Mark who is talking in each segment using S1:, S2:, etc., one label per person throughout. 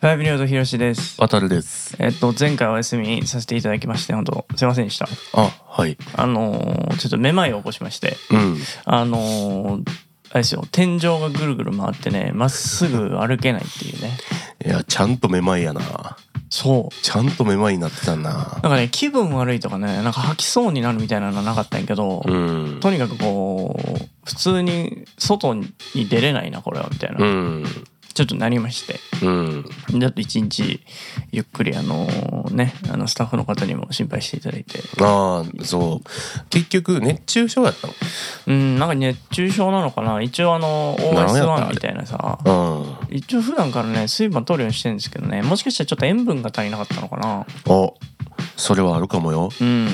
S1: ファイブニュードひろしです。
S2: 渡るです。
S1: えっと前回お休みさせていただきまして本当すいませんでした。
S2: あ、はい。
S1: あのーちょっとめまいを起こしまして、
S2: うん。
S1: あのーあれですよ天井がぐるぐる回ってねまっすぐ歩けないっていうね。
S2: いや、ちゃんとめまいやな。
S1: そう。
S2: ちゃんとめまいになってたな。
S1: なんかね気分悪いとかねなんか吐きそうになるみたいなのはなかったんやけど、
S2: うん。
S1: とにかくこう普通に外に出れないなこれはみたいな、
S2: うん。
S1: ちょっとなりまして。
S2: うん。
S1: ちょっと一日ゆっくりあのねあのスタッフの方にも心配していただいて
S2: ああ、そう。結局、熱中症やった
S1: うんなんか熱中症なのかな一応あの
S2: なんやったあ
S1: OS1
S2: れ
S1: みたいなさ
S2: の。うん。
S1: 一応普段からね水分取るようにしてるんですけどねもしかしたらちょっと塩分が足りなかったのかな
S2: あ、それはあるかもよ。
S1: うん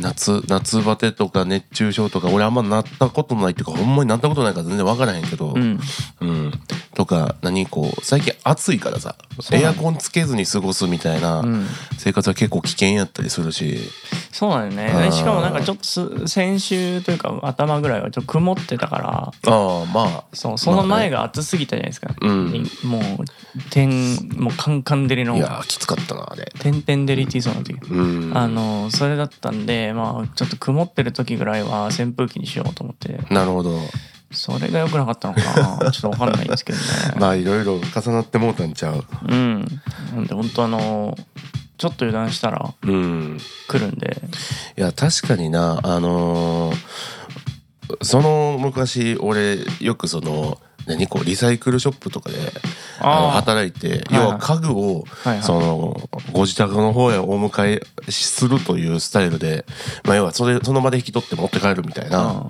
S2: 夏、夏バテとか熱中症とか、俺あんまなったことないっていうか、ほんまになったことないから全然わからへんけ
S1: う
S2: ど。
S1: ん
S2: うん、とか何こう最近暑いからさ
S1: そう
S2: エ
S1: な
S2: ア
S1: んだ
S2: コンつけずに過ごすみたいな
S1: うん
S2: 生活は結構危険やったりするし、
S1: そうなんだよ
S2: あ
S1: ね
S2: ー
S1: でしかもなんかちょっとす先週というか頭ぐらいはちょっと曇ってたから
S2: ああまあ
S1: そうその前
S2: が、
S1: が暑すぎたじゃないですか、
S2: うん
S1: もう点もうカンカン照りの
S2: いやーきつかったなあれ
S1: 点々照り T ゾーンの時
S2: うん
S1: あのそれだったんでまあちょっと曇ってる時ぐらいは扇風機にしようと思って
S2: なるほど
S1: それが良くなかったのか なちょっと分かんないんですけどね、
S2: まあいろいろ重なってもうたんちゃう
S1: うんなんで本当あのちょっと油断したら
S2: うん
S1: 来るんで
S2: いや確かになあのーその昔俺よくその何こうリサイクルショップとかであの
S1: あー
S2: 働いて
S1: はい
S2: 要は家具を
S1: はいはい
S2: そのご自宅の方へお迎えするというスタイルで、まあ、要はそれその場で引き取って持って帰るみたいな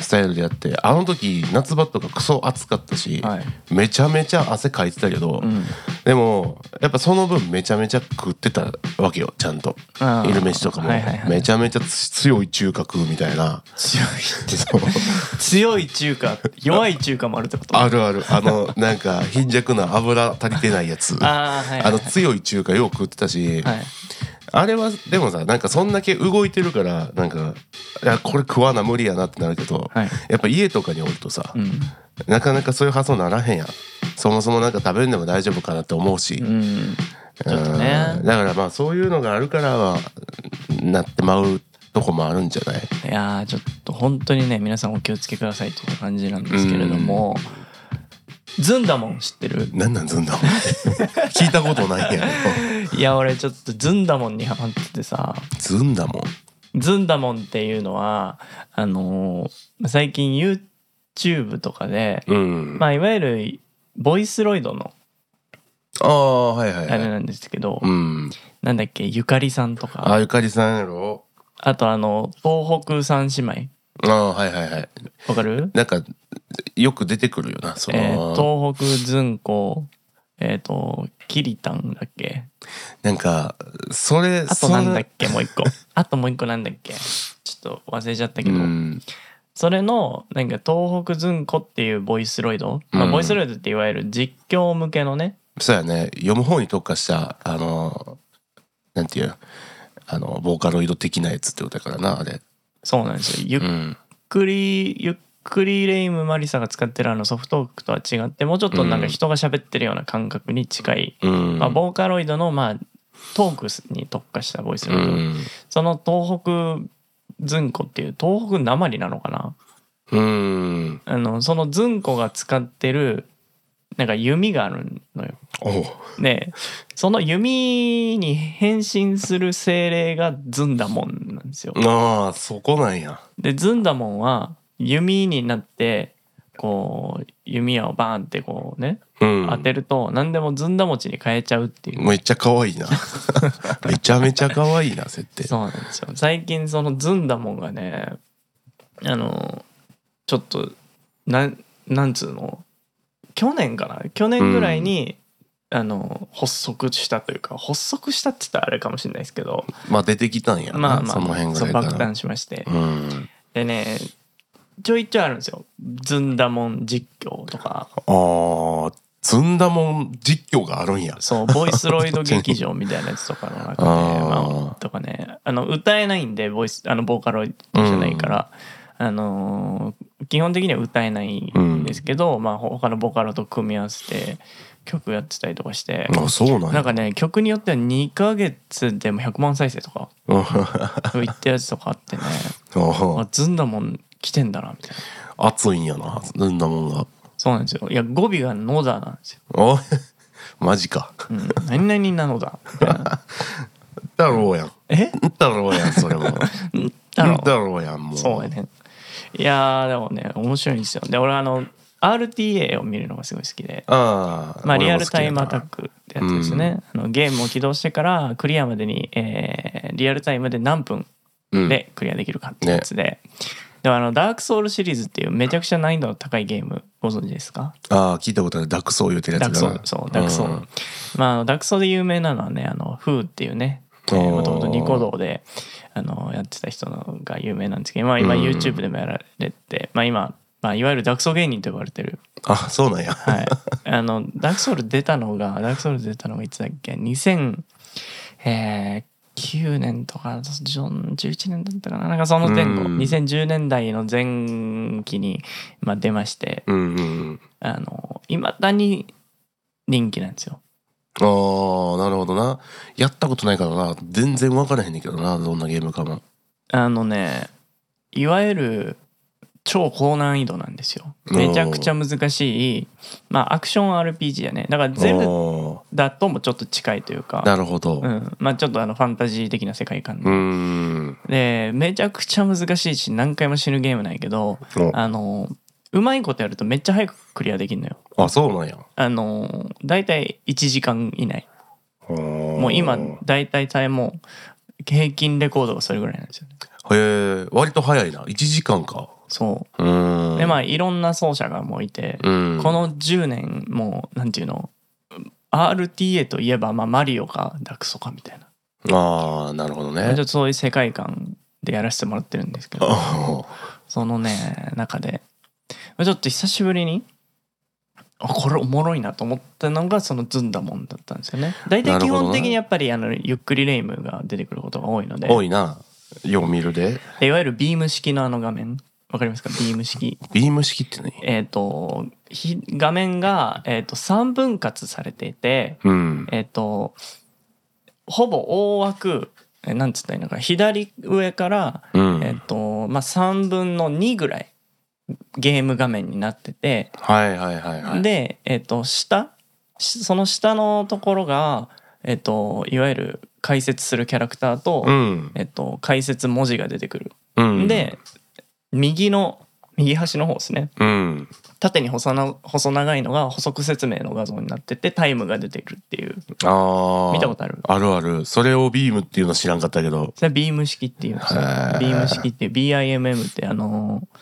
S2: スタイルでやってあの時夏場とかクソ暑かったし、
S1: はい
S2: めちゃめちゃ汗かいてたけど、
S1: うん
S2: でもやっぱその分めちゃめちゃ食ってたわけよちゃんと
S1: あー
S2: 昼飯とかも
S1: はいはいはい
S2: めちゃめちゃ強い中華食うみたいな
S1: 強い
S2: そう
S1: 強い中華弱い中華もあるってこと
S2: あるあるあのなんか貧弱な油足りてないやつ
S1: あーはい
S2: あの強い中華よう食ってたし、
S1: はい
S2: あれはでもさなんかそんだけ動いてるからなんかいやこれ食わな無理やなってなるけど、
S1: はい
S2: やっぱ家とかにおるとさ、
S1: うん
S2: なかなかそういう発想ならへんやんそもそもなんか食べるのも大丈夫かなって思うし、
S1: うんちょっと
S2: う
S1: ね
S2: んだからまあそういうのがあるからはなってまうとこもあるんじゃない
S1: いやーちょっと本当にね皆さんお気をつけくださいという感じなんですけれどもずんだもん知ってる
S2: なんなんずんだ 聞いたことないやろ
S1: いや俺ちょっとずんだもんにハマっててさ
S2: ずんだもん
S1: ずんだもんっていうのはあのー最近 YouTube とかで、
S2: うん、
S1: まあ、いわゆるボイスロイドの
S2: ああはいはい
S1: あ
S2: は
S1: れ
S2: い
S1: なんですけど、
S2: うん
S1: なんだっけゆかりさんとか
S2: ああゆかりさんやろ
S1: あとあの東北三姉妹
S2: ああはいはいはい
S1: わかる、
S2: なんかよく出てくるよなその、
S1: えー東北ずんこえっ、ときりたんだっけ
S2: なんかそれ
S1: あとなんだっ
S2: け
S1: けもう一個あともう一個なんだっけちょっと忘れちゃったけ
S2: う
S1: ど、
S2: ん
S1: それのなんか東北ずんこっていうボイスロイド、ま
S2: う
S1: あ、
S2: ん
S1: ボイスロイドっていわゆる実況向けのね
S2: そうやね読む方に特化したあのなんていうあのボーカロイド的なやつってことだからなあれ
S1: そうなんですよゆっ
S2: うん
S1: くりゆっくりレイムマリサが使ってるあのソフトークとは違ってもうちょっとなんか人が喋ってるような感覚に近い、
S2: うん
S1: まあ、ボーカロイドのまあトークに特化したボイス
S2: う
S1: ロイド、
S2: ん
S1: その東北ずんこっていう東北なまりなのかな
S2: うん
S1: あのそのずんこが使ってるなんか弓があるのよ。
S2: おう
S1: でその弓に変身する精霊がずんだもんなんですよ。
S2: ああそこなんや
S1: でずんだもんは弓になってこう弓矢をバーンってこうね
S2: うん
S1: 当てると何でもずんだ餅に変えちゃうっていう、
S2: めっちゃ可愛い なめちゃめちゃ可愛いな設定
S1: そうなんですよ最近そのずんだもんがねあのちょっとなんなんつうの去年かな去年ぐらいに、あの発足したというか発足したって言ったらあれかもしれないですけど
S2: まあ出てきたんやな
S1: まあまあ
S2: その辺ぐ
S1: そう
S2: らいか
S1: 爆
S2: ら
S1: 誕しまして
S2: うん
S1: でねちょいちょいあるんですよずんだもん実況とか
S2: ああずんだもん実況があるんや
S1: そうボイスロイド劇場みたいなやつとかの中で
S2: あー
S1: まあ、とかねあの歌えないんでボイスあのボーカロイドじゃないから、あのー基本的には歌えないんですけど、まあ、ほ他のボカロと組み合わせて曲やってたりとかして、
S2: あそうなん
S1: な
S2: や
S1: ん かね曲によっては2ヶ月でも100万再生とかそういったやつとかあ ってね
S2: あ
S1: あずんだもん来てんだなみたいな
S2: 熱いんやなずんだもんが
S1: そうなんですよいや語尾が「のだ」なんですよ、
S2: あ マジか
S1: うん、何々なのだみたい な
S2: だろうやん
S1: え
S2: だろうやんそれ も
S1: だろう
S2: だろうやんもう
S1: そうやね。いやーでもね面白いんですよ。で俺あの RTA を見るのがすごい好きで。
S2: ああ
S1: まあ、リアルタイムアタッ
S2: ク
S1: クってやつですね、あのゲームを起動してからクリアまでに、えーリアルタイムで何分でクリアできるかってやつで、でもあのダークソウルシリーズっていうめちゃくちゃ難易度の高いゲームご存知ですか
S2: ああ聞いたことあるダクソー言うてるや
S1: ダ
S2: つ
S1: クソ
S2: か
S1: ウ
S2: な
S1: そうダクソウル、
S2: うん
S1: まああのダクソウで有名なのはねあのフーっていうね
S2: あー
S1: もともとニコ動であのやってた人のが有名なんですけど、まあ、今
S2: うん
S1: YouTube でもやられて、まあ今、まあ、いわゆるダクソ芸人と呼ばれてる、
S2: あそうなんや
S1: はい、 あのダークソウル出たのがダークソウル出たのがいつだっけ2009年とかじょ11年だったかななんかその前後、
S2: うん
S1: 2010年代の前期に、まあ、出まして
S2: うんうん
S1: あの未だに人気なんですよ
S2: ああなるほどなやったことないからな全然分からへんねんけどなどんなゲームかも
S1: あのねいわゆる超高難易度なんですよめちゃくちゃ難しいまあアクション RPG やねだからゼル
S2: お
S1: ダともちょっと近いという
S2: ー
S1: か
S2: なるほど
S1: うんまあちょっとあのファンタジー的な世界観
S2: うーん
S1: でめちゃくちゃ難しいし何回も死ぬゲームなんやけど
S2: お
S1: あのうまいことやるとめっちゃ早くクリアできるのよ
S2: あそうなんや
S1: あの大体1時間以内
S2: も
S1: もう今大体タイも平均レコードがそれぐらいなんですよね
S2: へえ割と早いな1時間か
S1: そう
S2: ーん
S1: うでまあいろんな奏者がもういて、
S2: うん
S1: この10年もうなんていうの RTA といえば、まあ、マリオかダクソかみたいな
S2: ああなるほど
S1: ちょ
S2: ね
S1: っとそういう世界観でやらせてもらってるんですけど
S2: あ
S1: そのね中でちょっと久しぶりにあこれおもろいなと思ったのがそのズンダモンだったんですよね大体
S2: なる
S1: 基
S2: ほどね
S1: 本的にやっぱりあのゆっくりレイムが出てくることが多いので
S2: 多いなよう見るで
S1: でいわゆるビーム式のあの画面わかりますかビーム式
S2: ビーム式って何
S1: えっ、とひ画面が、えー、と3分割されていて
S2: うん
S1: えっ、とほぼ大枠えなんつったらいいのかな左上から、
S2: うん
S1: えっ、とまあ3分の2ぐらいゲーム画面になってて、
S2: はいはいはいはい
S1: で、えっと下しその下のところが、えっといわゆる解説するキャラクターと,、
S2: うん
S1: えっと解説文字が出てくる。
S2: うん
S1: で右の右端の方ですね
S2: うん
S1: 縦に細な細長いのが補足説明の画像になっててタイムが出てくるっていう
S2: ああ
S1: 見たことある
S2: あるあるそれをビームっていうの知らんかったけど
S1: それはビーム式っていうんですよ
S2: へー
S1: ビーム式っていう BIMM ってあのー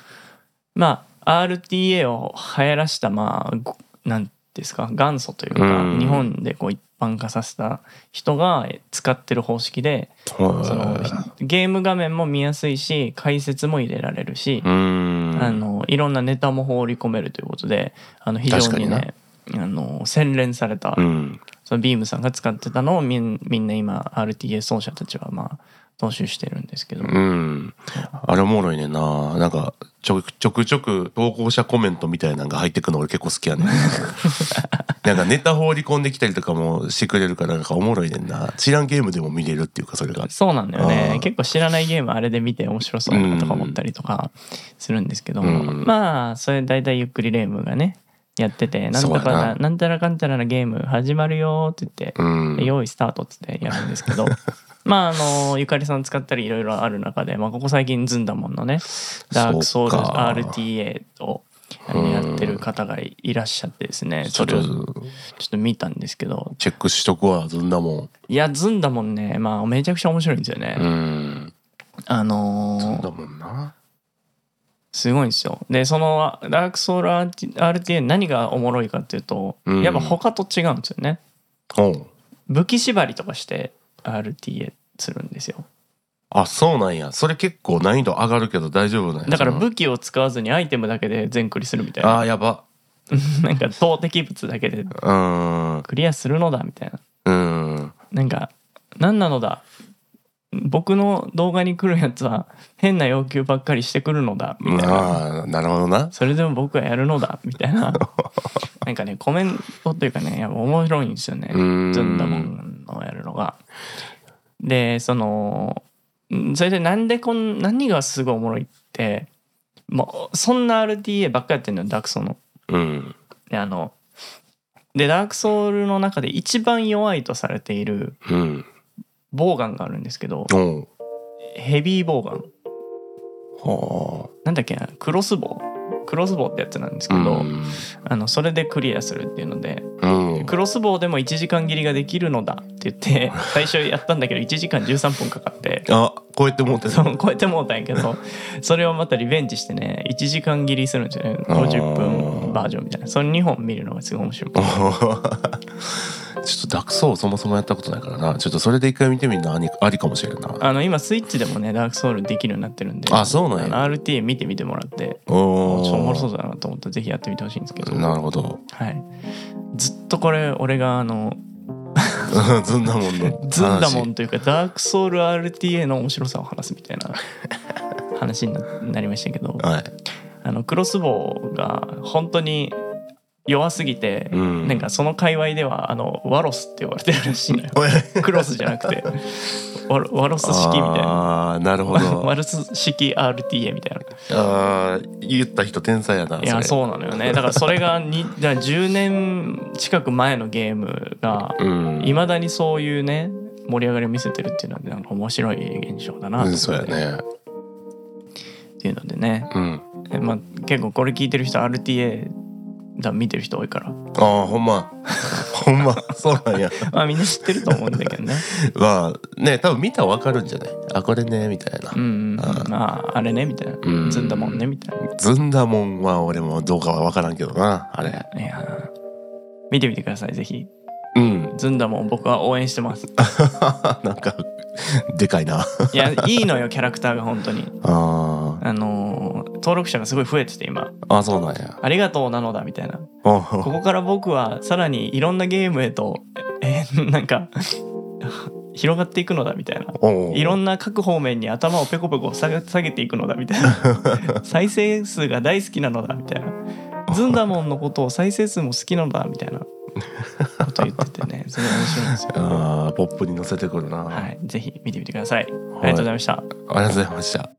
S1: まあ RTA を流行らしたまあごなんですか元祖という
S2: う
S1: か
S2: ん
S1: 日本でこう一般化させた人がえ使ってる方式でその
S2: は
S1: ゲーム画面も見やすいし解説も入れられるし
S2: いうん
S1: あのいろんなネタも放り込めるということであの非常にねあの洗練された、
S2: うん
S1: そのビームさんが使ってたのをみんみんな今 RTA 奏者たちはまあ踏襲してるんですけど、
S2: うんあれおもろいねんななんかちょくちょくちょく投稿者コメントみたいなのが入ってくの俺結構好き やねんなんかネタ放り込んできたりとかもしてくれるからなんかおもろいねんな知らんゲームでも見れるっていうかそれが
S1: そうなんだよ
S2: あ
S1: ね
S2: ー
S1: 結構知らないゲームあれで見て面白そうだなとか思ったりとかするんですけど、
S2: うん
S1: まあそれ大体ゆっくりレームがねやっててなんとか
S2: そうや
S1: な
S2: な
S1: なんたらかんたらなゲーム始まるよって言って、
S2: うん
S1: 用意スタートっつってやるんですけ どまああのゆかりさん使ったりいろいろある中で、まあ、ここ最近ずんだもんのねダークソウル
S2: そうか
S1: RTA をあのやってる方がいらっしゃってですね
S2: ち
S1: そ
S2: ょっ
S1: れを
S2: と
S1: ちょっと見たんですけど
S2: チェックしとくわずんだも
S1: いやずんだもんねまあめちゃくちゃ面白いんですよね、
S2: んうん
S1: あ
S2: ずん
S1: の
S2: だ
S1: ー
S2: もんな
S1: すごいんですよでそのダークソウル RTA 何がおもろいかっていうと、
S2: うん
S1: やっぱ他と違うんですよね
S2: おう
S1: 武器縛りとかして RTA するんですよ
S2: あそうなんやそれ結構難易度上がるけど大丈夫なんや
S1: だから
S2: その
S1: 武器を使わずにアイテムだけで全クリするみたいな
S2: あーやば
S1: なんか投擲物だけで
S2: うーんう
S1: クリアするのだみたいな
S2: ーん
S1: なんか何なのだ僕の動画に来るやつは変な要求ばっかりしてくるのだみたいな
S2: ああなるほどな
S1: それでも僕はやるのだみたい ななんかねコメントっていうかねやっぱ面白いんですよね
S2: うーん
S1: ずんだもんのやるのが。でそのんそれでなんでこん何がすごいおもろいってもうそんな RTA ばっかやってんのよダークソウの。
S2: うん
S1: であのでダークソウルの中で一番弱いとされている
S2: うん
S1: ボウガンがあるんですけど
S2: おう
S1: ヘビーボウガン
S2: は
S1: なんだっけなクロスボウクロスボウってやつなんですけ
S2: あう
S1: ど、
S2: ん
S1: あのそれでクリアするっていうので
S2: うん
S1: クロスボウでも1時間切りができるのだって言 って最初やったんだけど1時間13分かかって
S2: あこうやって思って
S1: そ
S2: た
S1: う超えてもうたんやけどそれをまたリベンジしてね1時間切りするんですよね
S2: あー
S1: 50分バージョンみたいなその2本見るのがすごい面白い
S2: おーちょっとダクソをそもそもやったことないからなちょっとそれで一回見てみるのありありかもしれんな
S1: あの今スイッチでもねダークソウルできるようになってるんで
S2: あそうなんや
S1: あの RTA 見てみてもらってちょ
S2: お
S1: っ
S2: ー
S1: とおもろそうだなと思ったらぜひやってみてほしいんですけど、
S2: なるほ ど
S1: はい、ずっとこれ俺があの
S2: ずんだもんの
S1: ずんだも
S2: 話
S1: んというかダークソウル RTA の面白さを話すみた いな話にななりましたけど
S2: はい
S1: あのクロスボウが本当に弱すぎて、
S2: うん
S1: なんかその界隈ではあのワロスって言われてるらしいのよクロスじゃなくてワロワロス式みたいな。
S2: ああーなるほ
S1: ワ
S2: ど
S1: ワロス式 RTA みたいな。
S2: ああ言った人天才やない
S1: や
S2: う
S1: そうなのよね。だからそれがに だから10年近く前のゲームが
S2: うん
S1: いまだにそういうね盛り上がりを見せてるっていうのはなんか面白い現象だなと
S2: う
S1: 思
S2: ん
S1: って
S2: そうやね
S1: っていうのでね、
S2: うん
S1: えまあ、結構これ聞いてる人 RTA だ見てる人多いから、
S2: ああほんまほんまそうなんや
S1: まあ、みんな知ってると思うんだけど ね。
S2: まあね多分見たらわかるんじゃないあこれねみたいな
S1: うんうん、
S2: あー
S1: あああれねみたい
S2: うん
S1: なずんだもんねみたい
S2: ずんだもんは俺もどうかはわからんけどなあれ
S1: ないやー見てみてくださいぜひ
S2: うん
S1: ずんだもん僕は応援してます
S2: なんかでかいな
S1: いやいいのよキャラクターが本当に
S2: あ
S1: あのー登録者がすごい増えてて今
S2: ーあそうなんや
S1: ありがとうなのだみたいな
S2: お
S1: こ
S2: う
S1: こから僕はさらにいろんなゲームへとえーなんか広がっていくのだみたいな
S2: おう
S1: いろんな各方面に頭をペコペコ下げ下げていくのだみたい な再生数が大好きなのだみたいなずんだもんのことを再生数も好きなのだみ たいなこと言っててねそれが面白いんですよ。
S2: あーポップに乗せてくるな、
S1: はい、ぜひ見てみてください。ありがとうござい
S2: あ
S1: ました。
S2: りがとうございました